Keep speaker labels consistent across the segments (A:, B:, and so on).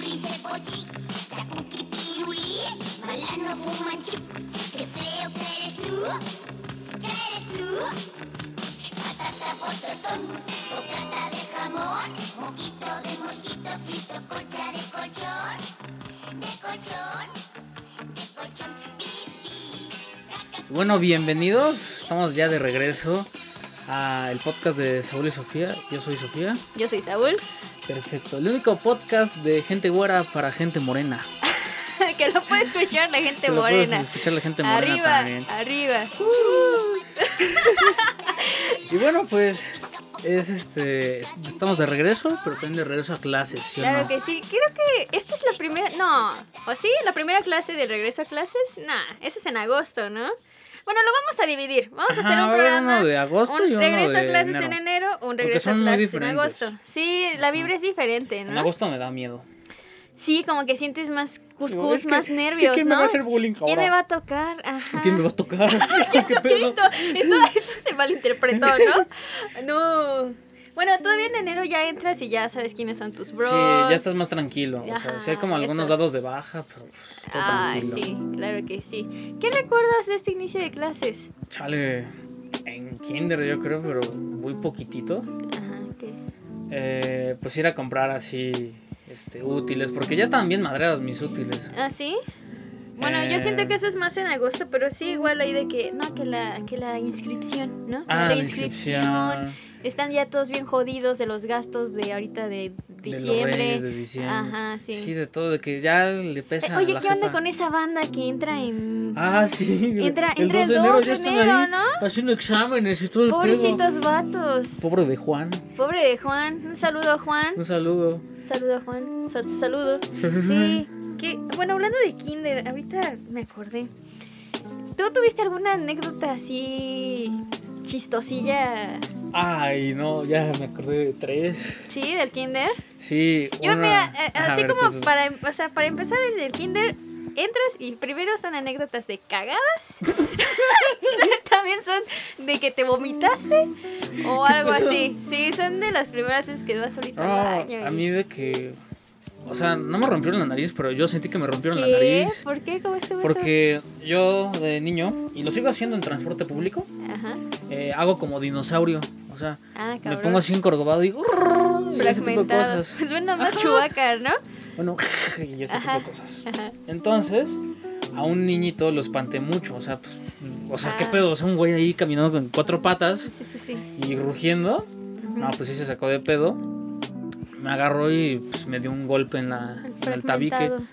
A: Oye, tapuki pirulí, malano fumanchu, qué feo que eres tú, que eres tú. Patata por totón, bocata de jamón, moquito de mosquito, frito, colcha de colchón, de colchón, de colchón, pipí, caca.
B: Bueno, bienvenidos. Estamos ya de regreso al podcast de Saúl y Sofía. Yo soy Sofía.
C: Yo soy Saúl,
B: Perfecto. El único podcast de gente güera para gente morena.
C: que lo puede escuchar la gente
B: Que lo puedes
C: morena.
B: escuchar la gente morena
C: Arriba,
B: también.
C: arriba.
B: Y bueno, pues es este estamos de regreso, pero también de regreso a clases, ¿sí o
C: Claro
B: no?
C: que sí. Creo que esta es la primera. No, ¿o sí? ¿La primera clase del regreso a clases? Nah, eso es en agosto, ¿no? Bueno, lo vamos a dividir. Vamos
B: Ajá,
C: a hacer
B: va a
C: un
B: haber
C: programa.
B: uno de agosto
C: un
B: y uno
C: regreso a
B: de
C: clases
B: enero.
C: en enero, un
B: Porque
C: regreso a
B: son muy
C: clases en
B: diferentes.
C: agosto. Sí, la vibra es diferente,
B: En
C: ¿no?
B: agosto me da miedo.
C: Sí, como que sientes más
B: Digo,
C: cuscús,
B: es que-
C: más
B: es que
C: nervios,
B: ¿quién me
C: ¿no?
B: va a hacer bullying
C: ¿Quién
B: ahora?
C: me va a tocar? Ajá.
B: ¿Quién me va a tocar? ¿Qué pedo?
C: Cristo, eso, eso se malinterpretó, ¿no? No. Bueno, todavía en enero ya entras y ya sabes quiénes son tus bros.
B: Sí, ya estás más tranquilo. O sea,
C: Ajá,
B: sí hay como
C: ya
B: algunos
C: estás-
B: dados de baja, pero pues, todo
C: Ay,
B: tranquilo.
C: sí, claro que sí. ¿Qué recuerdas de este inicio de clases?
B: Chale, en kinder yo creo, pero muy poquitito.
C: Ajá, ¿qué?
B: Eh, pues ir a comprar así este útiles, porque ya estaban bien madreados mis útiles.
C: ¿Ah, sí? Bueno,
B: Eh.
C: yo siento que eso es más en agosto, pero sí, igual hay de que, no, que la, que la inscripción, ¿no?
B: Ah, la inscripción.
C: Están ya todos bien jodidos de los gastos de ahorita de
B: De los
C: diciembre.
B: reyes de diciembre.
C: Ajá, sí.
B: Sí, de todo, de que ya le pesa.
C: Eh,
B: a
C: Oye,
B: la
C: ¿qué onda
B: jefa.
C: con esa banda que entra en
B: Ah, sí. güey.
C: Entra- entra el 2 de enero, ¿no?
B: haciendo exámenes y todo el pedo.
C: Pobrecitos vatos.
B: Pobre de Juan.
C: Pobre de Juan. Un saludo a Juan.
B: Un saludo.
C: Saludo a Juan. Sal- saludo.
B: Pues- Sí, sí, sí.
C: Sí. Que, bueno, hablando de Kinder, ahorita me acordé. ¿Tú tuviste alguna anécdota así chistosilla?
B: Ay, no, ya me acordé de tres.
C: Sí, del Kinder.
B: Sí.
C: Yo,
B: una-
C: mira, eh,
B: Ajá, a
C: así
B: ver,
C: como
B: entonces-
C: para, em- o sea, para empezar en el kinder, entras y primero son anécdotas de cagadas. También son de que te vomitaste o algo
B: pedo?
C: así. Sí, son de las primeras veces que vas solito
B: No,
C: al baño.
B: a
C: y-
B: mí de que. O sea, no me rompieron la nariz, pero yo sentí que me rompieron la
C: ¿Qué?
B: nariz.
C: ¿Por qué? ¿Cómo estuvo
B: Porque yo de niño, y lo sigo haciendo en transporte público,
C: eso? Ajá.
B: eh, hago como dinosaurio. O sea,
C: Ah,
B: me
C: cabrón.
B: pongo así encorvado y. y ese tipo de
C: Fragmentado.
B: cosas.
C: Suena más
B: Ajá.
C: chubaca, ¿no?
B: Bueno, y ese tipo
C: Ajá,
B: de cosas.
C: ajá.
B: Entonces, a un niñito lo espanté mucho. O sea, pues, o sea, ¿qué
C: Ah.
B: pedo? O sea, un güey ahí caminando con cuatro patas
C: Sí, sí, sí.
B: y rugiendo. No, pues sí se sacó de pedo. Me agarró y pues, me dio un golpe en, la, en el tabique.
C: Fragmentado.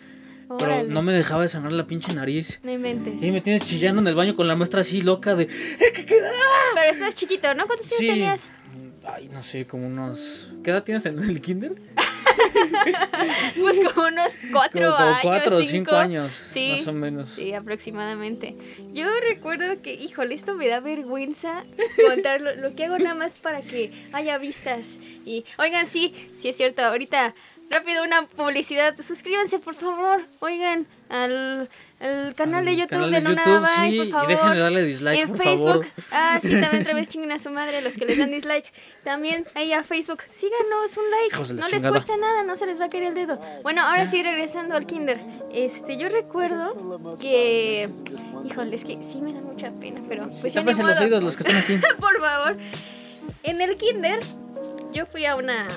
B: Pero
C: Órale.
B: no me dejaba de sangrar la pinche nariz.
C: No inventes.
B: Y me tienes chillando en el baño con la muestra así loca de. "Eh, ¿qué queda?".
C: Ah, Pero estás chiquito, ¿no? ¿Cuántos años
B: Sí.
C: tenías?
B: Ay, no sé, como unos. ¿Qué edad tienes en el kinder?
C: Pues como unos cuatro
B: como, como
C: años.
B: cuatro o
C: cinco.
B: cinco años.
C: Sí.
B: Más o menos.
C: Sí, aproximadamente. Yo recuerdo que, híjole, esto me da vergüenza contarlo. Lo que hago nada más para que haya vistas. Y, oigan, sí, sí es cierto. Ahorita, rápido, una publicidad. Suscríbanse, por favor. Oigan, al, al canal de
B: Al
C: YouTube
B: canal
C: de
B: de
C: Luna
B: YouTube,
C: Bay,
B: sí,
C: por
B: y
C: favor.
B: dejen de darle dislike,
C: En
B: por
C: Facebook.
B: favor.
C: Ah, sí, también otra vez chinguen a su madre los que les dan dislike. También ahí a Facebook. Síganos, un like.
B: Hijos de la
C: no les
B: chingada.
C: cuesta nada, no se les va a caer el dedo. Bueno, ahora sí, regresando al kinder. Este, yo recuerdo que... Híjole, es que sí me da mucha pena, pero... Pues ya ni
B: Tápense los
C: modo.
B: oídos los que están aquí.
C: Por favor. En el kinder, yo fui a una...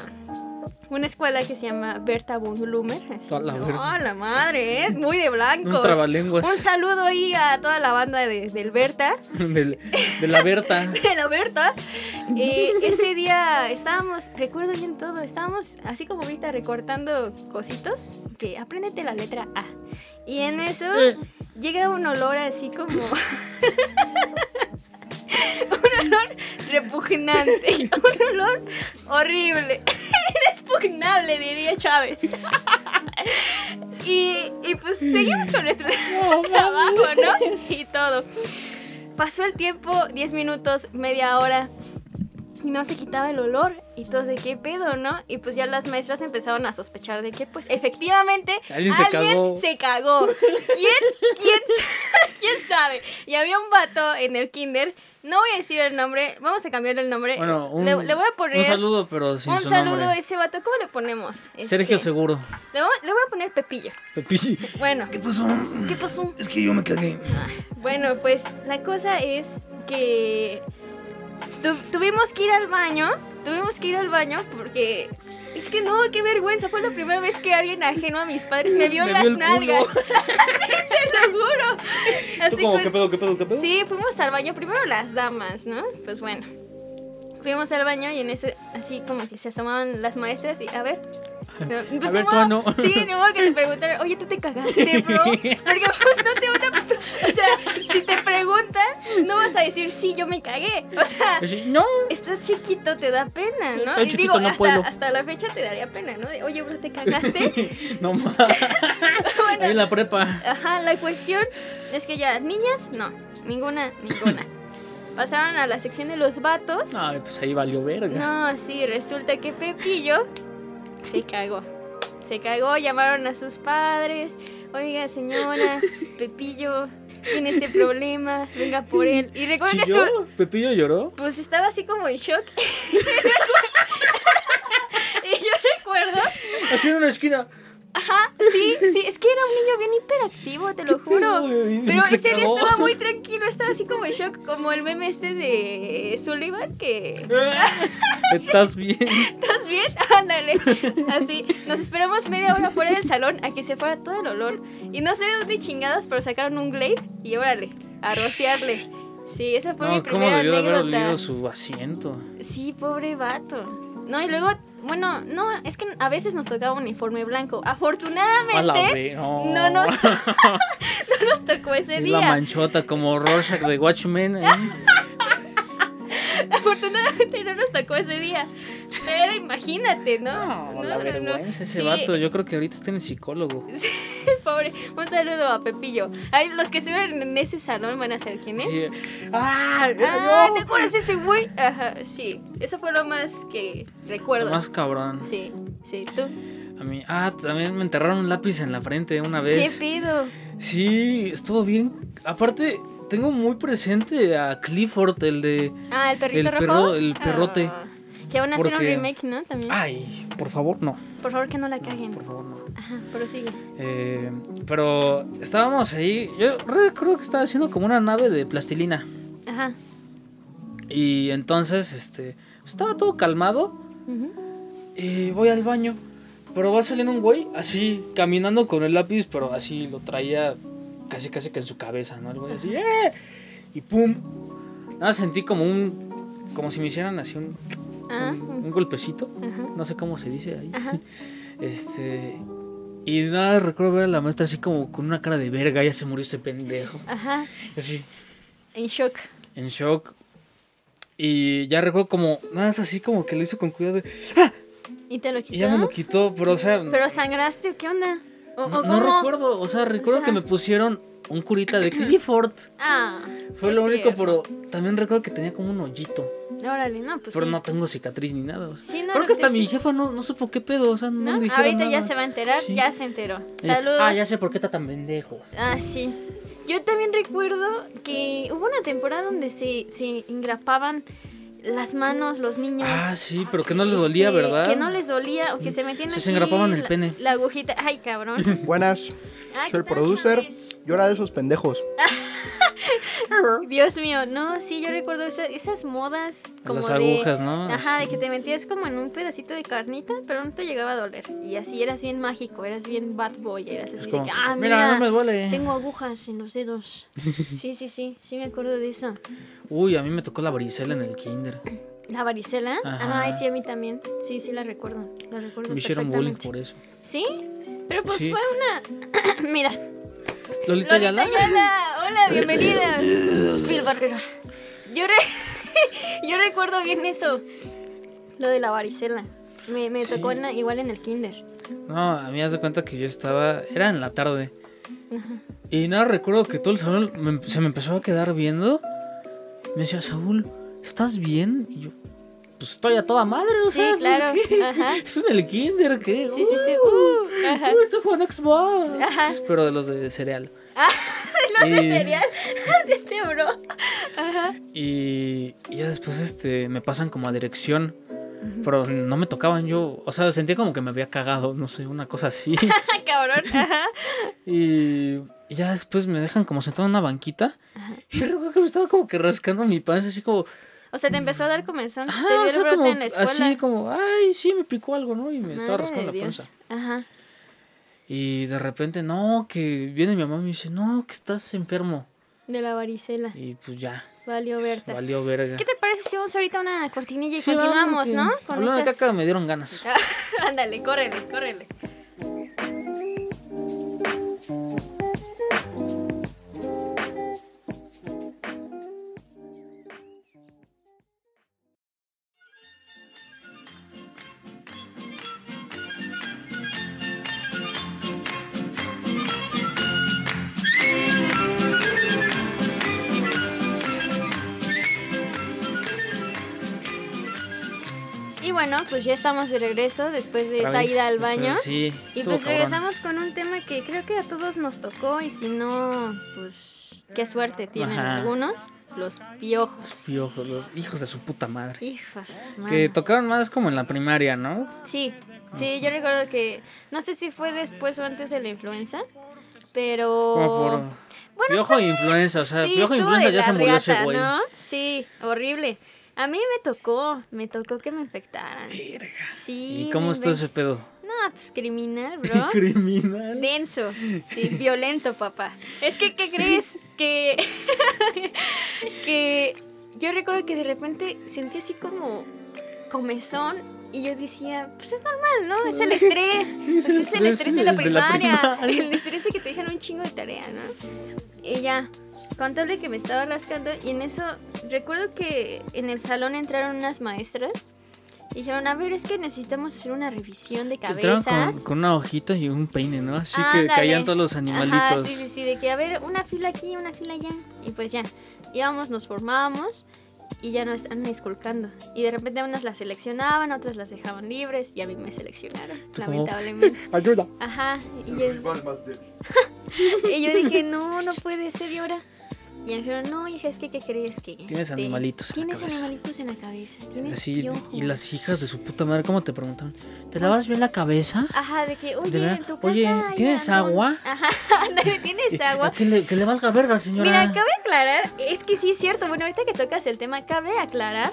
C: Una escuela que se llama Berta von Blumer. Así,
B: A la
C: no,
B: verga.
C: la madre, ¿eh? Muy de blancos.
B: Un trabalenguas.
C: Un saludo ahí a toda la banda de, del Berta
B: Del- de la Berta.
C: de la Berta. Eh, ese día estábamos, recuerdo bien todo, estábamos así como ahorita recortando cositos, que apréndete la letra A. Y en eso llega un olor así como... un olor repugnante, un olor horrible, inexpugnable, diría Chávez. y, y pues seguimos con nuestro trabajo, ¿no? Y todo. Pasó el tiempo, 10 minutos, media hora. y no se quitaba el olor y todos de qué pedo, ¿no? Y pues ya las maestras empezaron a sospechar de que pues efectivamente
B: Alguien se cagó.
C: se cagó. ¿Quién? ¿Quién? ¿Quién sabe? Y había un vato en el kinder, no voy a decir el nombre, vamos a cambiarle el nombre.
B: Bueno, un,
C: le, le voy a poner
B: un saludo, pero sin
C: un
B: su
C: saludo a
B: nombre.
C: ese vato, ¿cómo le ponemos?
B: Sergio
C: Este,
B: Seguro.
C: le, voy- le voy a poner Pepillo.
B: Pepi.
C: Bueno,
B: ¿Qué pasó?
C: ¿qué pasó?
B: Es que yo me cagué.
C: Bueno, pues la cosa es que tu- tuvimos que ir al baño, tuvimos que ir al baño porque es que no, qué vergüenza, fue la primera vez que alguien ajeno a mis padres me vio
B: Me
C: las
B: vio el culo.
C: nalgas. Te lo juro.
B: ¿Tú
C: Así
B: como
C: con-
B: qué pedo, qué pedo, qué pedo?
C: Sí, fuimos al baño primero las damas, ¿no? Pues bueno. Fuimos al baño y en ese así como que se asomaban las maestras y a ver. No, pues,
B: A ver,
C: ni
B: tú
C: modo-
B: no.
C: Sí, ni modo que te preguntaran, oye, tú te cagaste, bro. Porque pues, no te van a. O sea, si te preguntan, no vas a decir, sí, yo me cagué. O sea,
B: Así, No.
C: estás chiquito, te da pena, ¿no?
B: Estoy
C: y
B: chiquito,
C: digo,
B: no
C: hasta,
B: puedo.
C: hasta la fecha te daría pena, ¿no? De, oye, bro, te cagaste.
B: No más.
C: bueno,
B: Ahí en la prepa.
C: Ajá, la cuestión es que ya, niñas, no, ninguna, ninguna. Pasaron a la sección de los vatos. No,
B: Ay, pues ahí valió verga.
C: sí, resulta que Pepillo se cagó. Se cagó, llamaron a sus padres. Oiga, señora, Pepillo tiene este problema, venga por él. Y recuerden que estuvo-
B: ¿Chilló? ¿Pepillo lloró?
C: pues estaba así como en shock. y yo recuerdo
B: Así en una esquina.
C: Sí, sí, es que era un niño bien hiperactivo, te lo
B: ¿Qué
C: juro.
B: pedo, güey?
C: Pero
B: Se
C: ese día
B: cagó.
C: estaba muy tranquilo, estaba así como en shock, como el meme este de Sullivan, que...
B: ¿Estás bien?
C: ¿Estás bien? Ándale. Así, nos esperamos media hora fuera del salón a que se fuera todo el olor. Y no sé de dónde chingadas, pero sacaron un glade y órale, a rociarle. Sí, esa fue mi
B: No, ¿cómo
C: primera
B: debió de haber
C: anécdota.
B: olido su asiento?
C: Sí, pobre vato. No, y luego, bueno, no, es que a veces nos tocaba uniforme blanco.
B: A la
C: Afortunadamente,
B: ve- no.
C: no nos, no nos tocó ese
B: Y la
C: día.
B: manchota como Rorschach de Watchmen. ¿eh?
C: Afortunadamente no nos tocó ese día. Pero imagínate, ¿no?
B: No, la
C: No, no,
B: vergüenza.
C: no.
B: Ese
C: Sí,
B: vato, yo creo que ahorita está en el psicólogo.
C: Pobre, un saludo a Pepillo. Ay, los que estuvieron en ese salón van a ser quiénes.
B: Sí. ¡Ah!
C: Ah,
B: ¡Era
C: ¿te
B: yo!
C: acuerdas de ese güey? Ajá, sí. Eso fue lo más que recuerdo.
B: Lo Más cabrón.
C: Sí, sí, tú.
B: A mí. Ah, también me enterraron un lápiz en la frente una
C: ¿Qué
B: vez.
C: pedo?
B: Sí, estuvo bien. Aparte, tengo muy presente a Clifford, el de.
C: Ah, el perrito
B: El
C: rojo.
B: perro- el perrote.
C: Ah, que van a hacer un
B: Porque- Ah.
C: remake, ¿no? También.
B: Ay, por favor, no.
C: Por favor, que no la caguen.
B: Por favor, no.
C: Ajá, prosigue.
B: Eh, pero estábamos ahí. Yo recuerdo que estaba haciendo como una nave de plastilina.
C: Ajá.
B: Y entonces, este. Estaba todo calmado.
C: Ujú.
B: Y voy al baño. Pero va saliendo un güey así, caminando con el lápiz, pero así lo traía casi casi que en su cabeza, ¿no? El güey así, ¡eh! Y pum. Nada, sentí como un. Como si me hicieran así un,
C: Ah,
B: un, un golpecito.
C: Ajá.
B: No sé cómo se dice ahí.
C: Ajá.
B: Este. Y nada, recuerdo ver a la maestra así como con una cara de verga, ya se murió este pendejo.
C: Ajá.
B: Así,
C: En shock.
B: en shock. Y ya recuerdo como, nada, es así como que lo hizo con cuidado. de, ¡Ah!
C: ¿Y te lo
B: Y ya me lo
C: quitó?
B: quitó, pero o sea.
C: ¿Pero sangraste o qué onda? ¿O, o
B: No, no
C: cómo?
B: recuerdo, o sea, recuerdo
C: sea-
B: que me pusieron un curita de Clifford.
C: Ah.
B: Fue
C: qué
B: lo único, pero
C: tierno.
B: también recuerdo que tenía como un hoyito.
C: Órale, no, pues
B: pero
C: sí.
B: no tengo cicatriz ni nada. o sea.
C: Sí, no,
B: Creo
C: no
B: que hasta
C: te-
B: mi jefa no, no supo qué pedo, o sea, no, me
C: ¿No?
B: dijeron
C: Ahorita ya
B: nada.
C: se va a enterar,
B: Sí.
C: ya se enteró.
B: Ella,
C: Saludos.
B: Ah, ya sé por qué está tan pendejo.
C: Ah, sí. Yo también recuerdo que hubo una temporada donde se, se engrapaban las manos los niños.
B: Ah, sí, pero que no les dolía,
C: Este,
B: ¿verdad?
C: Que no les dolía o que se metían
B: Sí, se
C: así
B: engrapaban el
C: la-
B: pene.
C: La agujita. Ay, cabrón.
D: Buenas,
C: Ay,
D: soy
C: ¿qué
D: el
C: tal,
D: producer.
C: Chávez?
D: Yo era de esos pendejos.
C: Dios mío, no, sí, yo recuerdo esa- esas modas como
B: Las
C: de-
B: agujas, ¿no?
C: Ajá, de que te metías como en un pedacito de carnita, pero no te llegaba a doler. Y así eras bien mágico, eras bien bad boy, eras así
B: Es
C: de
B: como,
C: que, ah,
B: mira, no me duele.
C: Tengo agujas en los dedos. Sí, sí, sí, sí me acuerdo de eso.
B: Uy, a mí me tocó la varicela en el kinder.
C: La varicela.
B: Ajá.
C: Ay, sí, a mí también. Sí, sí la recuerdo. La recuerdo
B: Me hicieron bullying
C: perfectamente.
B: por eso.
C: ¿Sí? Pero pues
B: Sí.
C: fue una... Mira.
B: Lolita
C: Lolita
B: Ayala.
C: Ayala. Hola, bienvenida. Phil Barrera. Yo, re- yo recuerdo bien eso. Lo de la varicela. Me, me tocó en la- igual en el kinder.
B: No, a mí me de cuenta que yo estaba. Era en la tarde. Y nada, recuerdo que todo el salón me- se me empezó a quedar viendo. Me decía, Saúl, ¿estás bien? Y yo, pues estoy a toda madre, o
C: Sí,
B: sea, pues,
C: claro,
B: ¿qué?
C: ajá.
B: es en el kinder, ¿qué?
C: Sí, sí, sí, uh, ajá.
B: Yo estoy jugando Xbox,
C: Ajá.
B: pero de los de cereal.
C: Ah, no de
B: Y-
C: cereal. Este bro.
B: Y, y ya después este, me pasan como a dirección. Pero no me tocaban yo. O sea, sentía como que me había cagado, no sé, una cosa así.
C: Ah, cabrón. Ajá.
B: y, y ya después me dejan como sentado en una banquita. Y recuerdo que me estaba como que rascando mi panza, así como.
C: O sea, te empezó a dar comezón.
B: Ajá,
C: te dio
B: o
C: el
B: sea,
C: brote
B: como,
C: en la escuela.
B: así como, ay, sí, me picó algo, ¿no? Y me estaba
C: Madre
B: rascando
C: de
B: la
C: Dios.
B: panza.
C: Ajá.
B: Y de repente, no, que viene mi mamá y me dice, no, que estás enfermo.
C: De la varicela.
B: Y pues ya,
C: Valió Berta.
B: valió verga.
C: ¿Qué te parece si vamos ahorita a una cortinilla y
B: Sí, va,
C: continuamos,
B: porque
C: no?
B: hablando de caca me dieron ganas.
C: Ándale, córrele, córrele. Y bueno, pues ya estamos de regreso después de
B: Otra
C: esa
B: vez,
C: ida al
B: después-
C: baño.
B: Sí,
C: Y
B: estuvo
C: pues
B: cabrón.
C: regresamos con un tema que creo que a todos nos tocó y si no, pues qué suerte tienen
B: Ajá.
C: algunos, los piojos.
B: Hijo, los hijos de su puta madre.
C: Hijos,
B: Que
C: mano.
B: tocaron más como en la primaria, ¿no?
C: Sí, sí, yo recuerdo que no sé si fue después o antes de la influenza, pero
B: Como por. piojo e influenza, o sea,
C: Oh. sí,
B: piojo e
C: estuvo
B: influenza
C: de
B: ya
C: la
B: se murió ese
C: riata,
B: güey.
C: ¿no? Sí, horrible. A mí me tocó, me tocó que me infectaran.
B: Verga.
C: Sí.
B: ¿Y cómo
C: no
B: estuvo ese
C: inventes.
B: pedo?
C: No, pues criminal, bro.
B: Criminal.
C: Denso, sí, violento, papá. Es que, ¿qué crees? Que. que. Yo recuerdo que de repente sentí así como comezón y yo decía, pues es normal, ¿no? Es el estrés.
B: Es
C: Pues
B: el
C: es el
B: estrés,
C: estrés de la
B: es de la
C: primaria.
B: primaria.
C: El estrés de que te dejan un chingo de tarea, ¿no? Y ya, con tal de que me estaba rascando y en eso, recuerdo que en el salón entraron unas maestras. y Dijeron, a ver, es que necesitamos hacer una revisión de
B: Te entraron
C: cabezas.
B: con, con una hojita y un peine, ¿no? Así que
C: Ándale.
B: caían todos los
C: Ajá,
B: animalitos.
C: sí, sí, sí, de que a ver, una fila aquí, una fila allá. Y pues ya, íbamos, nos formábamos y ya nos están esculcando. Y de repente unas las seleccionaban, otras las dejaban libres y a mí me seleccionaron,
B: como-
C: lamentablemente.
B: Ayuda.
C: Ajá, y
D: El
C: yo,
D: rival va a ser.
C: y yo dije, no, no puede ser, y ahora. Y me dijeron, no, hija, es que, ¿qué crees que? este,
B: Tienes animalitos en la
C: Tienes
B: cabeza.
C: animalitos en la cabeza. Tienes
B: Así,
C: piojos. Pues
B: y las hijas de su puta madre, ¿cómo te preguntan? ¿Te lavas bien la cabeza?
C: Ajá, de que,
B: De
C: oye,
B: verdad,
C: en tu casa.
B: oye,
C: hay
B: ¿tienes
C: algún-"
B: agua?
C: Ajá, ¿tienes agua?
B: Eh, Que le, que le valga verga, señora.
C: Mira, cabe aclarar, es que sí es cierto, bueno, ahorita que tocas el tema, cabe aclarar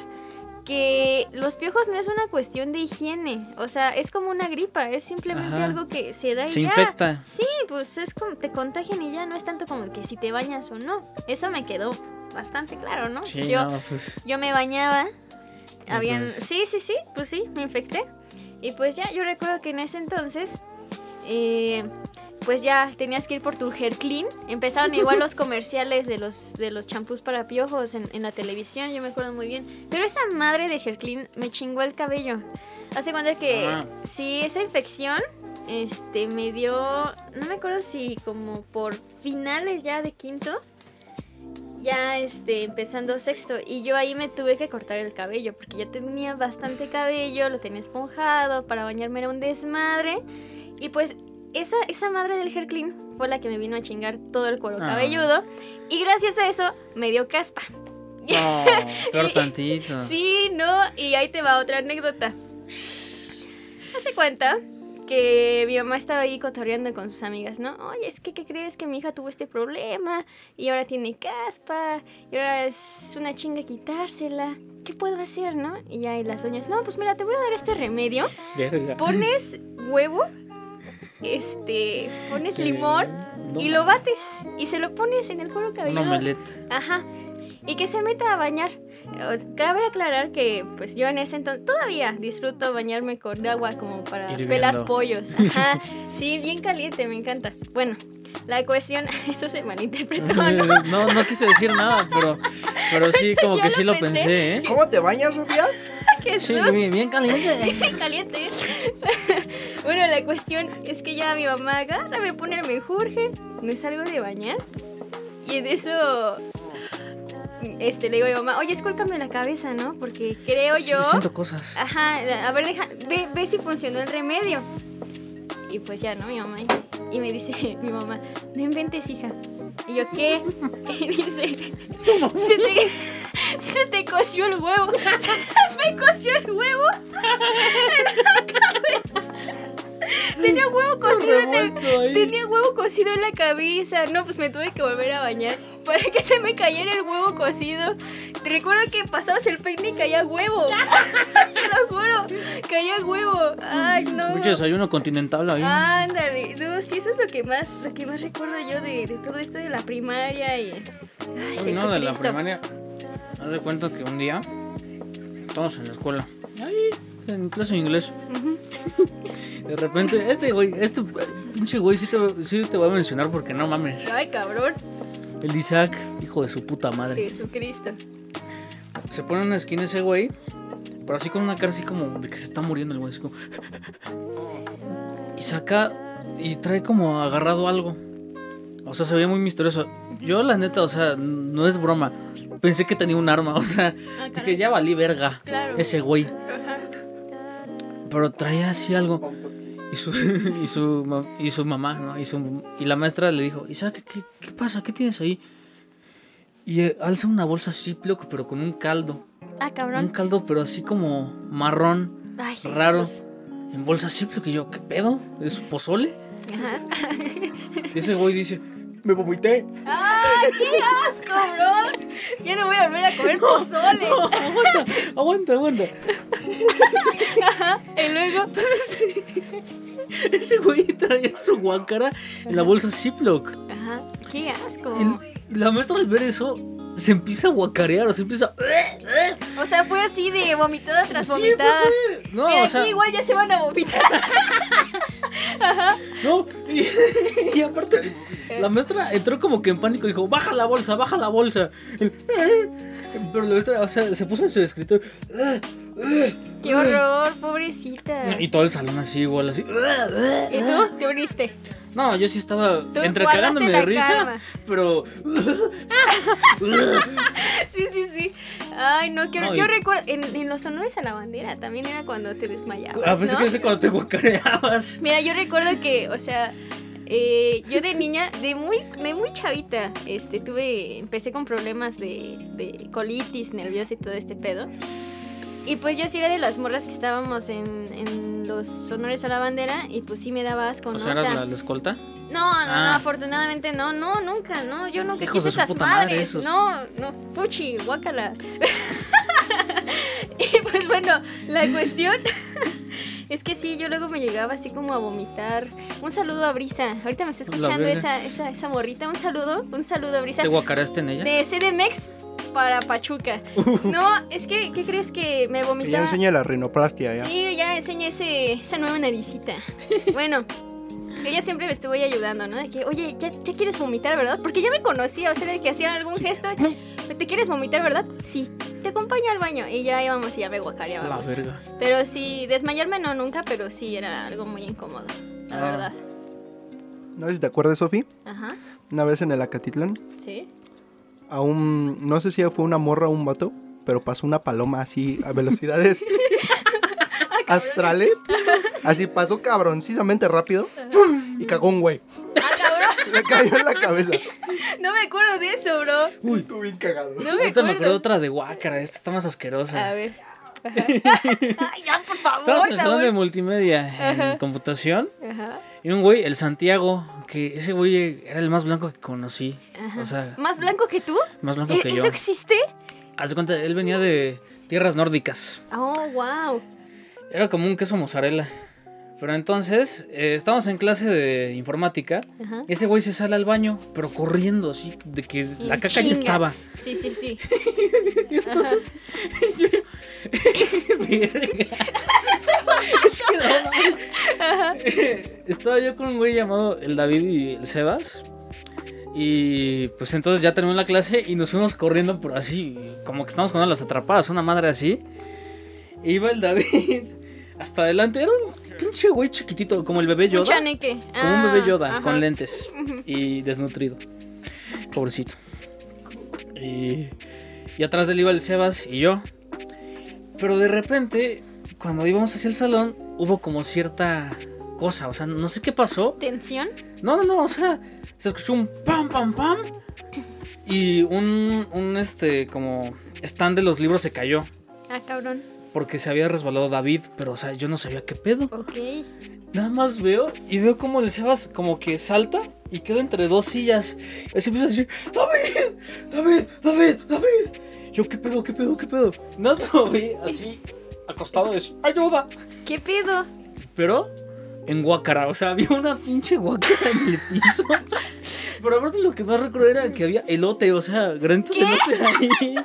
C: que los piojos no es una cuestión de higiene, o sea, es como una gripa, es simplemente
B: Ajá.
C: algo que se da y
B: Se
C: ya.
B: infecta.
C: Sí, pues es como te contagian y ya, no es tanto como que si te bañas o no. Eso me quedó bastante claro, ¿no?
B: Sí,
C: Yo
B: no, pues.
C: yo me bañaba. Habían,
B: Entonces-
C: sí, sí, sí, pues sí, me infecté. Y pues ya, yo recuerdo que en ese entonces, eh, pues ya tenías que ir por tu hair clean. Empezaron igual los comerciales de los de los champús para piojos en, en la televisión, yo me acuerdo muy bien. Pero esa madre de hair clean me chingó el cabello. Hace cuenta que
B: Ah.
C: sí, esa infección este, me dio, no me acuerdo si como por finales ya de quinto, ya este, empezando sexto. Y yo ahí me tuve que cortar el cabello, porque ya tenía bastante cabello, lo tenía esponjado, para bañarme era un desmadre. Y pues esa, esa madre del hair clean fue la que me vino a chingar todo el cuero
B: Ah.
C: cabelludo. Y gracias a eso me dio caspa.
B: No, peor tantito.
C: Sí, no, y ahí te va otra anécdota. Hace cuenta que mi mamá estaba ahí cotorreando con sus amigas, ¿no? Oye, es que, ¿qué crees que mi hija tuvo este problema? Y ahora tiene caspa, y ahora es una chinga quitársela. ¿Qué puedo hacer, no? Y ya y las doñas, no, pues mira, te voy a dar este remedio.
B: Verga.
C: Pones huevo, este, pones limón
B: No
C: y lo bates. Y se lo pones en el cuero
B: Un
C: cabelludo.
B: omelette.
C: Ajá. Y que se meta a bañar. Eh, Cabe aclarar que pues yo en ese entonces todavía disfruto bañarme con agua como para
B: Hirviendo.
C: pelar pollos. Ajá. Sí, bien caliente, me encanta. Bueno, la cuestión, eso se malinterpretó, ¿no?
B: No, no quise decir nada, pero, pero sí, como
C: yo
B: que sí
C: lo
B: lo pensé, ¿eh?
D: ¿Cómo te bañas, Sofía?
C: Que
B: Sí,
C: no
B: bien, bien caliente.
C: Bien caliente. bueno, la cuestión es que ya mi mamá agarra, me pone el menjurje, me salgo de bañar y en eso este, le digo a mi mamá, oye, escúlcame la cabeza, ¿no? Porque creo
B: Sí,
C: yo.
B: siento cosas.
C: Ajá, a ver, deja, ve, ve si funcionó el remedio. Y pues ya, ¿no? Mi mamá. Y me dice mi mamá, no inventes, hija. Y yo, ¿qué? Y dice, se te, se te coció el huevo. Me coció el huevo en la cabeza. Tenía huevo cocido en el-
B: revuelto ahí.
C: Tenía huevo cocido en la cabeza. No, pues me tuve que volver a bañar para que se me cayera el huevo cocido. Te recuerdo que pasabas el peine y caía huevo. Te lo juro, caía huevo. Ay, no.
B: Mucho desayuno continental ahí.
C: Ah, Ándale, no, sí, eso es lo que más, lo que más recuerdo yo de, de todo esto de la primaria y. Ay,
B: Uy, no, de la
C: Jesucristo.
B: primaria. Haz de cuenta que un día estamos en la escuela. Ahí, en clase de inglés. De repente, este güey, este pinche güey sí te, sí te voy a mencionar porque no mames.
C: Ay, cabrón,
B: El Isaac, hijo de su puta madre.
C: Jesucristo.
B: Se pone en una esquina ese güey, pero así con una cara así como de que se está muriendo el güey. así como- Y saca y trae como agarrado algo. O sea, se veía muy misterioso. Yo, la neta, o sea, no es broma. Pensé que tenía un arma, o sea, dije, ya valí verga.
C: Claro.
B: Ese güey. Pero traía así algo. Y su, y su, ma- y su mamá, ¿no? Y, su, y la maestra le dijo, Isaac, ¿qué, qué, qué pasa? ¿Qué tienes ahí? Y eh, alza una bolsa así, loco, pero con un caldo.
C: Ah,
B: Un
C: cabrón.
B: caldo, pero así como marrón,
C: Ay, Jesús.
B: Mm, raro. En bolsa así, que yo, ¿qué pedo? ¿Es pozole?
C: Ajá.
B: Y ese güey dice, me vomité.
C: ¡Ay, qué asco, bro! Ya no voy a volver a comer pozole.
B: Aguanta, aguanta, aguanta.
C: Y luego,
B: Ese güey traía su guácara en la bolsa Ziploc.
C: ajá, qué asco.
B: Y la maestra al ver eso se empieza a guacarear, o se empieza. eh,
C: O sea, fue así de vomitada tras
B: Sí,
C: vomitada.
B: fue- fue- no,
C: Mira,
B: o sea-
C: aquí igual ya se van a vomitar.
B: No, y, y aparte, la maestra entró como que en pánico y dijo: Baja la bolsa, baja la bolsa. Él, "Eh". Pero la maestra, o sea, se puso en su escritorio.
C: Qué horror, pobrecita.
B: Y todo el salón así, igual, así.
C: ¿Y tú? ¿Te uniste?
B: No, yo sí estaba entre
C: guardaste
B: cagándome de
C: la
B: risa,
C: calma.
B: pero.
C: Sí, sí, sí. Ay, no, qué horror.
B: No, y-
C: Yo recuerdo, en, en los honores a la bandera también era cuando te desmayabas.
B: A veces
C: ¿no?
B: Ah, que sé cuando te guacareabas.
C: Mira, yo recuerdo que, o sea, eh, yo de niña, de muy, de muy chavita, este, tuve, empecé con problemas de, de colitis nerviosa y todo este pedo. Y pues yo sí era de las morras que estábamos en, en los honores a la bandera y pues sí me daba asco, ¿no?
B: O sea,
C: O sea,
B: era la, la escolta.
C: no, no,
B: Ah.
C: no, afortunadamente no, no, nunca, no, yo nunca
B: Hijos
C: quise
B: de su
C: esas
B: puta madre,
C: madres,
B: esos.
C: no, no, puchi, guácala. y pues bueno, la cuestión es que sí, yo luego me llegaba así como a vomitar. Un saludo a Brisa, ahorita me está
B: La
C: escuchando
B: verga.
C: esa, esa, esa morrita, un saludo, un saludo a Brisa
B: ¿Te guacareaste en ella?
C: de CDMX para Pachuca. No, es que, ¿qué crees que me
D: Que ya
C: vomitaba?
D: enseña la rinoplastia ya.
C: Sí, ya enseñé ese, esa nueva naricita. Bueno, ella siempre me estuvo ahí ayudando, ¿no? De que, oye, ya, ya quieres vomitar, ¿verdad? Porque ya me conocía, o sea, de que hacía algún gesto. ¿Te quieres vomitar, verdad? Sí. Te acompaño al baño. Y ya íbamos y ya me guacareaba. a
B: La
C: gusto.
B: verga.
C: Pero sí, desmayarme no nunca, pero sí era algo muy incómodo, la
B: Ah.
C: verdad.
D: No sé si te acuerdas, Sofi,
C: Ajá,
D: una vez en el Acatitlán,
C: sí.
D: a un, no sé si fue una morra o un vato, pero pasó una paloma así a velocidades astrales. Así pasó cabroncísimamente rápido ¡fum! y cagó un güey.
C: Ah, cabrón,
D: Le cayó en la cabeza.
C: no me acuerdo de eso, bro.
D: Uy, tú bien cagado.
C: No me
B: Ahorita me acuerdo
C: acuerdo.
B: otra de guácara, esta está más asquerosa.
C: A ver. Ajá. Ay, ya, por
B: Estábamos
C: favor.
B: en el salón de
C: sabor.
B: multimedia en computación
C: Ajá.
B: y un güey, el Santiago, que ese güey era el más blanco que conocí. O sea,
C: ¿Más blanco que tú?
B: más blanco
C: ¿E-
B: que yo.
C: ¿Eso existe?
B: Haz de cuenta, él venía de tierras nórdicas.
C: Oh, wow.
B: Era como un queso mozzarella. Pero entonces, eh, estábamos en clase de informática.
C: Ajá.
B: Ese güey se sale al baño, pero corriendo, así, de que la
C: En
B: caca ya
C: chinga.
B: estaba.
C: Sí, sí, sí.
B: Entonces, yo. Verga. Es que no mames. Estaba yo con un güey llamado el David y el Sebas. Y pues entonces ya terminó la clase y nos fuimos corriendo por así, como que estamos con las atrapadas, una madre así. E iba el David hasta adelante, era un pinche güey chiquitito, como el bebé
C: Un
B: Yoda.
C: chaneque.
B: Como un
C: Ah,
B: bebé Yoda,
C: ajá.
B: con lentes y desnutrido. Pobrecito. Y, Y atrás de él iba el Sebas y yo. Pero de repente, cuando íbamos hacia el salón, hubo como cierta cosa. O sea, no sé qué pasó.
C: ¿Tensión?
B: No, no, no, o sea, se escuchó un pam, pam, pam. Y un, un este, como stand de los libros se cayó.
C: Ah, cabrón.
B: Porque se había resbalado David, pero o sea, yo no sabía qué pedo.
C: Ok.
B: Nada más veo y veo como el Sebas como que salta y queda entre dos sillas. Y así empieza a decir, David, David, David, David. Yo, ¿qué pedo, qué pedo, qué pedo? Nada más lo vi así, acostado, es, ayuda.
C: ¿Qué pedo?
B: Pero en guácara, o sea, había una pinche guácara en el piso. Pero aparte lo que más recuerdo era que había elote, o sea, granitos de elote ahí.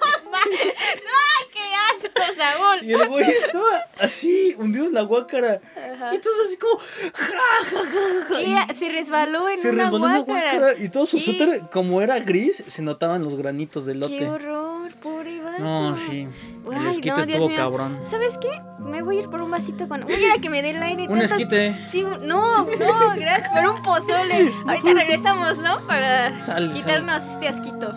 C: ¡No! ¡Qué asco,
B: Y
C: Saúl!
B: el güey estaba así, hundido en la guácara.
C: Ajá.
B: Y entonces así como, ja, ja, ja, ja, ja. Y-
C: ¿Qué? Se resbaló en
B: Se
C: una
B: resbaló una
C: guácara.
B: guácara y todo su
C: ¿Qué?
B: suéter, como era gris, se notaban los granitos de
C: ¡Qué
B: lote.
C: horror! ¡Pobre vato!
B: No, sí. El
C: Ay,
B: esquite
C: no, Dios
B: estuvo
C: mío.
B: cabrón.
C: ¿Sabes qué? Me voy a ir por un vasito con. Voy a ir a que me dé el aire.
B: Un esquite.
C: Sí, un- no, no, gracias. Pero un pozole. Ahorita regresamos, ¿no? Para
B: Sale,
C: quitarnos este asquito.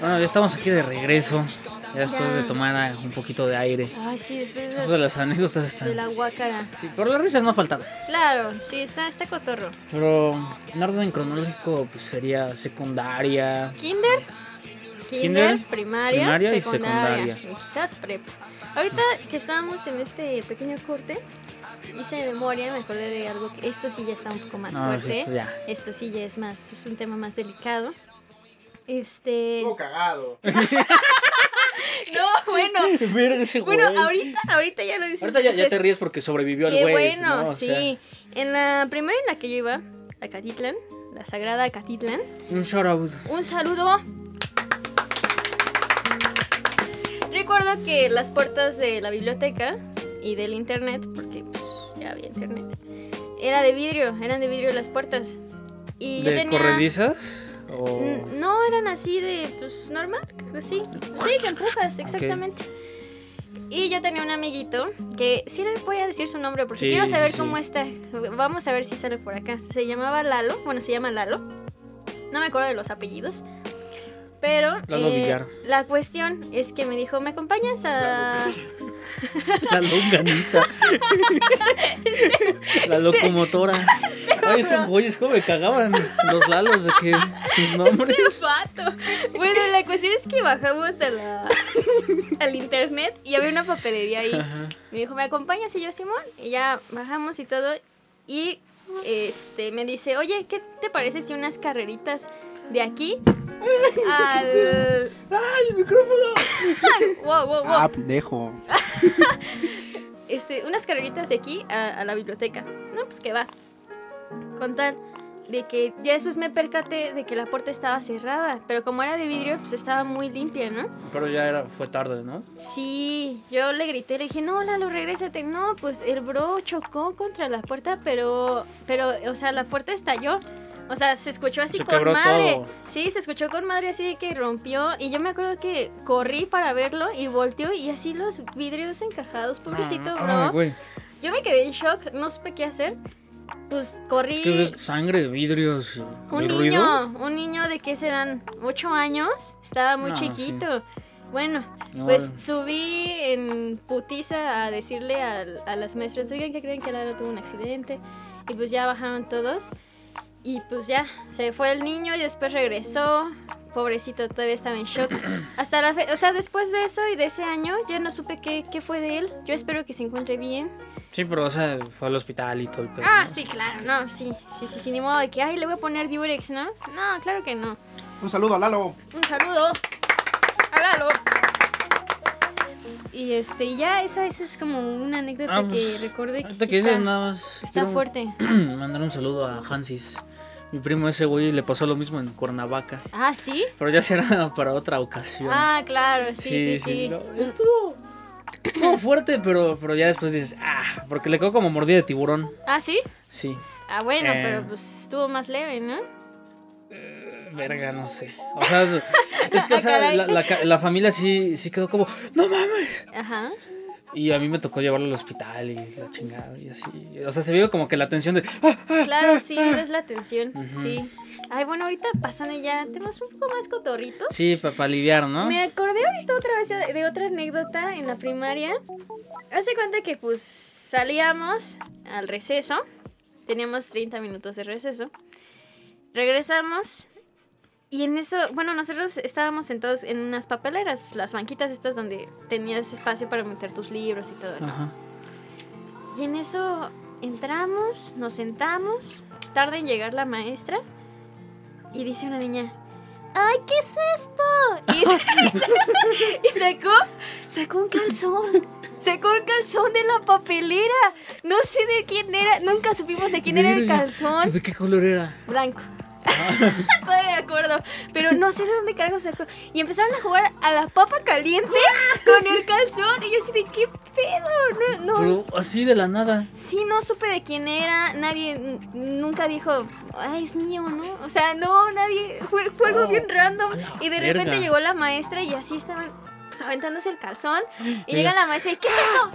B: Bueno, ya estamos aquí de regreso. Ya después
C: Ya.
B: de tomar ah, un poquito de aire.
C: Ay, sí, después de,
B: Todas las anécdotas están-
C: De la guácara.
B: Sí, pero las risas no faltaban.
C: Claro, sí, está, está cotorro.
B: Pero en orden cronológico, pues sería secundaria.
C: Kinder,
B: Kinder,
C: kinder, primaria,
B: primaria y
C: secundaria,
B: secundaria.
C: y quizás prep. Ahorita que estábamos en este pequeño corte, hice memoria, me acordé de algo que esto sí ya está un poco más
B: No, sí,
C: fuerte.
B: esto ya.
C: Esto sí ya es más, es un tema más delicado. Este,
E: Estuvo cagado.
C: no, bueno,
B: Verga ese
C: bueno,
B: güey.
C: ahorita, ahorita ya lo dices.
B: Ahorita ya, ya te
C: dices,
B: ríes porque sobrevivió el
C: Qué
B: güey.
C: bueno,
B: ¿no? O
C: sí.
B: sea,
C: En la primera en la que yo iba, la Catitlán, la sagrada Catitlán,
B: un shout out.
C: Un saludo. Recuerdo que las puertas de la biblioteca y del internet, porque pues, ya había internet, era de vidrio, eran de vidrio las puertas. Y yo
B: ¿De
C: tenía-
B: corredizas? O...
C: N- No, eran así de, pues, normal, así. Sí, que empujas, exactamente. Y yo tenía un amiguito que sí le voy a decir su nombre porque
B: Sí,
C: quiero saber
B: sí.
C: cómo está. Vamos a ver si sale por acá. Se llamaba Lalo, bueno, se llama Lalo. No me acuerdo de los apellidos. Pero eh,
B: Lalo Villar.
C: la cuestión es que me dijo, ¿me acompañas a...?
B: La longaniza.
C: Este,
B: la locomotora. Ay, esos güeyes, cómo me cagaban los lalos de que
C: Este
B: sus nombres.
C: Vato. Bueno, la cuestión es que bajamos a la- al internet y había una papelería ahí.
B: Ajá.
C: Me dijo, ¿me acompañas? Y yo, Simón. Y ya bajamos y todo. Y este me dice, oye, ¿qué te parece si unas carreritas de aquí al...
D: ¡Ay, el micrófono!
C: Wow, wow, wow.
D: Ah, pendejo.
C: Este, unas carreritas de aquí a, a la biblioteca. No, pues que va. Con tal de que ya después me percaté de que la puerta estaba cerrada. Pero como era de vidrio, pues estaba muy limpia, ¿no?
B: Pero ya era, fue tarde, ¿no?
C: Sí, yo le grité, le dije, no, Lalo, regrésate. No, pues el bro chocó contra la puerta, pero, pero, o sea, la puerta estalló. O sea, se escuchó así
B: Se
C: con
B: quebró
C: madre.
B: todo.
C: Sí, se escuchó con madre así de que rompió. Y yo me acuerdo que corrí para verlo y volteó y así los vidrios encajados, pobrecito
B: Ah, Ay,
C: bro.
B: güey.
C: Yo me quedé en shock, no supe qué hacer. Pues corrí.
B: Es que ves sangre, vidrios, y
C: Un
B: el
C: niño,
B: ruido.
C: un niño de que serán 8 años, estaba muy
B: Ah, sí.
C: chiquito. Bueno,
B: No, vale.
C: pues subí en putiza a decirle al- a, las maestras, oigan, que creen que Lalo tuvo un accidente? Y pues ya bajaron todos. Y pues ya, se fue el niño y después regresó. Pobrecito, todavía estaba en shock. Hasta la fe- o sea, después de eso y de ese año, ya no supe qué, qué fue de él. Yo espero que se encuentre bien.
B: Sí, pero o sea, fue al hospital y todo el pedo.
C: Ah,
B: Pues ¿no?
C: sí, claro, no, sí, sí, sí, sí, ni modo de que, ay, le voy a poner diurex, ¿no? No, claro que no.
D: Un saludo a Lalo.
C: Un saludo. Hágalo. Y este, y ya esa, esa es como una anécdota
B: Ah, pues,
C: que recordé que,
B: Ahorita
C: sí
B: que dices
C: está,
B: nada más.
C: está
B: quiero
C: fuerte.
B: Mandar un saludo a Hansis. Mi primo ese güey le pasó lo mismo en Cuernavaca.
C: Ah, ¿sí?
B: Pero ya será para otra ocasión.
C: Ah, claro, sí, sí, sí.
B: no, Estuvo Estuvo fuerte, pero, pero ya después dices, ah, porque le quedó como mordida de tiburón.
C: ¿Ah, sí?
B: Sí.
C: Ah, bueno,
B: Eh.
C: pero pues estuvo más leve, ¿no?
B: Verga, no sé. O sea, es que o
C: Ah,
B: sea,
C: caray.
B: la, la ca- la familia sí, sí quedó como, no mames.
C: Ajá.
B: Y a mí me tocó llevarlo al hospital y la chingada y así. O sea, se vio como que la tensión de, "Ah,
C: Claro, sí, es la atención. Sí. Ay, bueno, ahorita pasando ya temas un poco más cotorritos.
B: sí, para aliviar, ¿no?
C: Me acordé ahorita otra vez de- de otra anécdota en la primaria. Hace cuenta que pues salíamos al receso. Teníamos 30 minutos de receso. Regresamos. Y en eso, bueno, nosotros estábamos sentados en unas papeleras, las banquitas estas donde tenías espacio para meter tus libros y todo, ¿no?
B: Ajá.
C: Y en eso entramos, nos sentamos, tarda en llegar la maestra y dice una niña, ¡ay, qué es esto! Y, sa- y sacó, sacó un calzón, sacó un calzón de la papelera. No sé de quién era, nunca supimos de quién era el
B: Verga,
C: calzón.
B: ¿De qué color era?
C: Blanco. Todavía me acuerdo, pero no sé de dónde cargo sacó. Y empezaron a jugar a la papa caliente con el calzón. Y yo así de qué pedo. No, no,
B: Pero así de la nada.
C: Sí, no supe de quién era, nadie n- nunca dijo, ay, es mío, ¿no? O sea, no, nadie, fue, fue algo
B: Oh,
C: bien random.
B: a la
C: Y de
B: verga.
C: repente llegó la maestra y así estaban pues, aventándose el calzón. Y
B: Mira.
C: llega la maestra y, ¿qué es eso?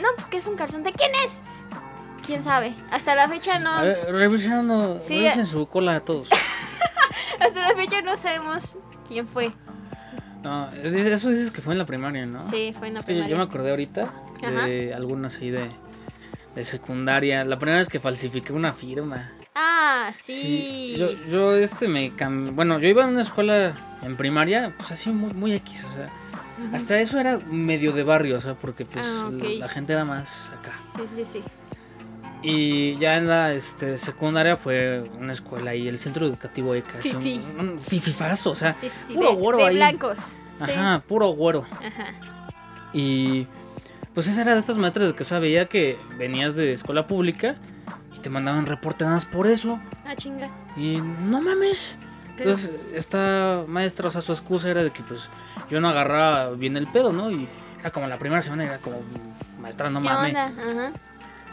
C: No, pues que es un calzón, ¿de quién es? ¿Quién sabe? Hasta la fecha no,
B: A ver, revisaron,
C: Sí, eh.
B: revisen su cola a todos.
C: hasta la fecha no sabemos quién fue.
B: No, es- es- eso dices que fue en la primaria, ¿no?
C: Sí, fue en la
B: Ah. Es que yo-
C: primaria.
B: yo me acordé ahorita de algunas ahí de, de secundaria. La primera vez que falsifiqué una firma.
C: Ah, sí.
B: Yo, yo este me cam- bueno, yo iba a una escuela en primaria, pues así muy muy X, o sea, hasta eso era medio de barrio, o sea, porque pues
C: Ah, ok.
B: la, la gente era más acá.
C: Sí, sí, sí.
B: Y ya en la este, secundaria fue una escuela ahí, el centro educativo ECA. así un-
C: Fifí.
B: Un, fififazo, o sea,
C: Sí, sí, sí.
B: Ah, puro
C: de,
B: güero
C: de
B: ahí.
C: blancos. Sí.
B: Ajá, puro güero.
C: Ajá.
B: Y pues esa era de estas maestras de que o sea, veía que venías de escuela pública y te mandaban reporte nada más por eso.
C: Ah, chinga.
B: Y no mames.
C: Pero-
B: Entonces, esta maestra, o sea, su excusa era de que pues yo no agarraba bien el pedo, ¿no? Y era como la primera semana, era como maestra, no
C: ¿Qué
B: mames.
C: onda? Ajá.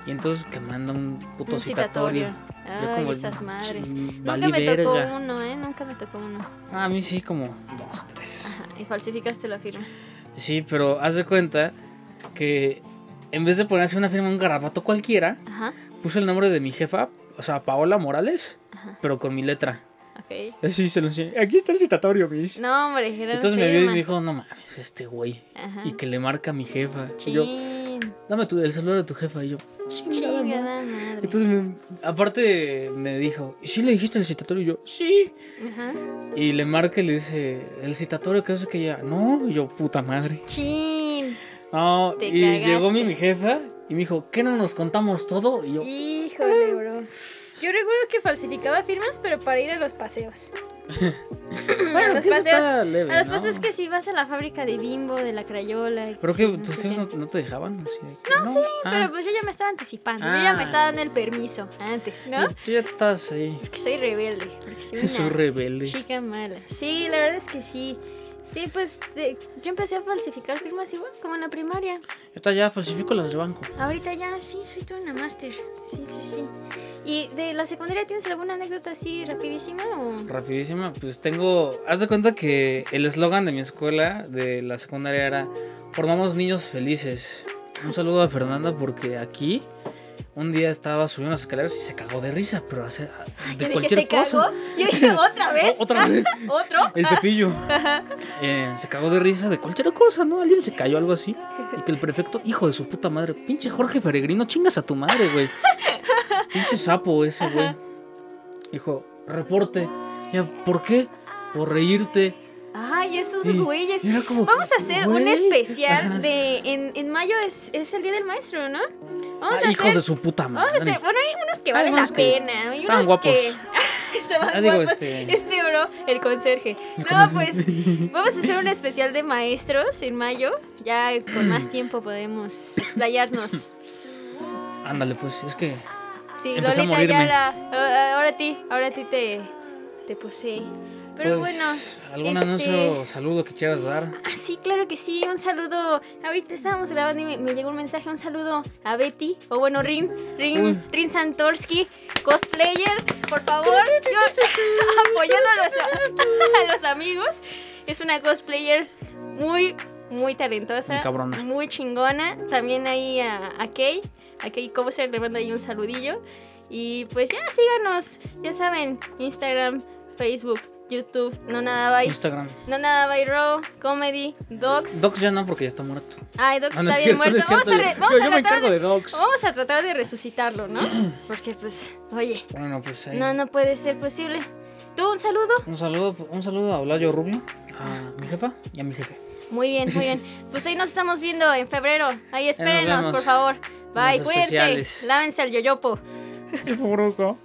B: Y entonces que manda un puto
C: Un
B: citatorio.
C: citatorio.
B: Yo
C: Ay,
B: como,
C: esas madres.
B: "Chin,
C: Nunca
B: valí
C: me tocó
B: verga".
C: uno, ¿eh? Nunca me tocó uno.
B: A mí sí, como dos, tres.
C: Ajá, y falsificaste la firma.
B: Sí, pero haz de cuenta que en vez de ponerse una firma, un garabato cualquiera,
C: Ajá,
B: puse el nombre de mi jefa, o sea, Paola Morales, pero con mi letra.
C: ok.
B: Así se lo enseñé. Aquí está el citatorio, mis.
C: No, hombre, era
B: Entonces me vio y
C: enferma.
B: me dijo, no mames, este güey.
C: Ajá.
B: Y que le marca a mi jefa. Y yo,
C: Chin,
B: dame tu- el celular de tu jefa. Y yo, chingada madre.
C: chingada madre.
B: Entonces, me- aparte me dijo, ¿sí le dijiste el citatorio? Y yo, sí.
C: Ajá.
B: Y le marca y le dice, el citatorio que eso que ya, no. Y yo, puta madre.
C: Chin.
B: No,
C: Te
B: y llegó mi,
C: cagaste.
B: mi jefa y me dijo, ¿qué no nos contamos todo? Y yo,
C: Híjole, bro. Yo recuerdo que falsificaba firmas, pero para ir a los paseos.
B: bueno, que eso está leve,
C: a los
B: ¿no?
C: paseos que si vas a la fábrica de bimbo, de la crayola. y
B: ¿Pero que
C: no
B: tus
C: sé
B: jefes
C: qué.
B: no, no te dejaban? Así de que, "Ah, no, sí,
C: Pero pues yo ya me estaba anticipando, yo ya me
B: Ah.
C: estaba dando el permiso antes, ¿no?
B: Tú ya estás ahí.
C: Porque soy rebelde. porque soy una
B: Soy rebelde.
C: Chica mala. Sí, la verdad es que sí. Sí, pues de- yo empecé a falsificar firmas igual, como en la primaria.
B: Ahorita ya falsifico las de banco.
C: Ahorita ya sí, soy toda una máster. Sí, sí, sí. ¿Y de la secundaria tienes alguna anécdota así rapidísima o...?
B: Rapidísima, pues tengo. Haz de cuenta que el eslogan de mi escuela, de la secundaria, era: Formamos niños felices. Un saludo a Fernanda, porque aquí un día estaba subiendo las escaleras y se cagó de risa, pero hace, de
C: Yo dije,
B: cualquier
C: ¿se
B: cosa.
C: cagó? Yo dije, ¿otra vez?
B: O- otra vez.
C: ¿Otro?
B: El
C: Ah,
B: Pepillo eh, se cagó de risa de cualquier cosa, ¿no? Alguien se cayó algo así. Y que el prefecto, hijo de su puta madre, pinche Jorge Peregrino, chingas a tu madre, güey. Pinche sapo ese, güey. Dijo, reporte. Ya, ¿por qué? Por reírte.
C: Ay, esos
B: Y-
C: güeyes.
B: y era como,
C: Vamos a hacer un
B: güey.
C: especial de... En, en mayo es, es el Día del Maestro, ¿no? Vamos
B: Ah,
C: a
B: hijos
C: hacer...
B: de su puta
C: Vamos a
B: madre.
C: hacer, bueno, hay unos que
B: Hay
C: valen
B: unos
C: la
B: que
C: pena. Hay
B: están
C: unos
B: guapos.
C: que estaban
B: Ah, digo,
C: guapos.
B: este-
C: Este... bro, el conserje. No, pues vamos a hacer un especial de maestros en mayo. Ya con más tiempo podemos explayarnos.
B: Ándale, pues, es que.
C: Sí,
B: Empecé a
C: Lolita
B: morirme.
C: ya la. Ahora a ti, ahora a ti te, te posee. Pero
B: Pues,
C: bueno.
B: ¿Algún
C: este,
B: anuncio o saludo que quieras dar?
C: Ah, sí, claro que sí, un saludo. Ahorita estábamos grabando y me, me llegó un mensaje, un saludo a Betty, o bueno, Rin, Rin,
B: Uy.
C: Rin Santorsky, cosplayer, por favor, yo- apoyando a los, a los amigos. Es una cosplayer muy, muy talentosa,
B: Muy cabrona.
C: muy chingona. También ahí a, a Kay, a Kay Kobser, le mando ahí un saludillo. Y pues ya, síganos, ya saben, Instagram, Facebook, YouTube, no nada, bye.
B: Instagram.
C: No nada, by Ro, Comedy, Docs.
B: Docs ya no, porque ya está muerto.
C: Ay, Docs
B: Ah, no
C: está
B: es
C: bien
B: cierto,
C: muerto.
B: no es
C: vamos, a
B: cierto.
C: re-
B: Yo- yo
C: vamos, a
B: me
C: tratar
B: encargo de Docs.
C: vamos a tratar de resucitarlo, ¿no? Porque, pues, oye,
B: Bueno, pues ahí.
C: no, no puede ser posible. ¿Tú un saludo?
B: Un saludo, un saludo a Olayo Rubio, a mi jefa y a mi jefe.
C: Muy bien, muy bien. Pues ahí nos estamos viendo en febrero. Ahí espérenos,
B: vemos.
C: por favor. Bye,
B: Los
C: cuídense.
B: especiales.
C: Lávense el yoyopo.
B: El pobroco.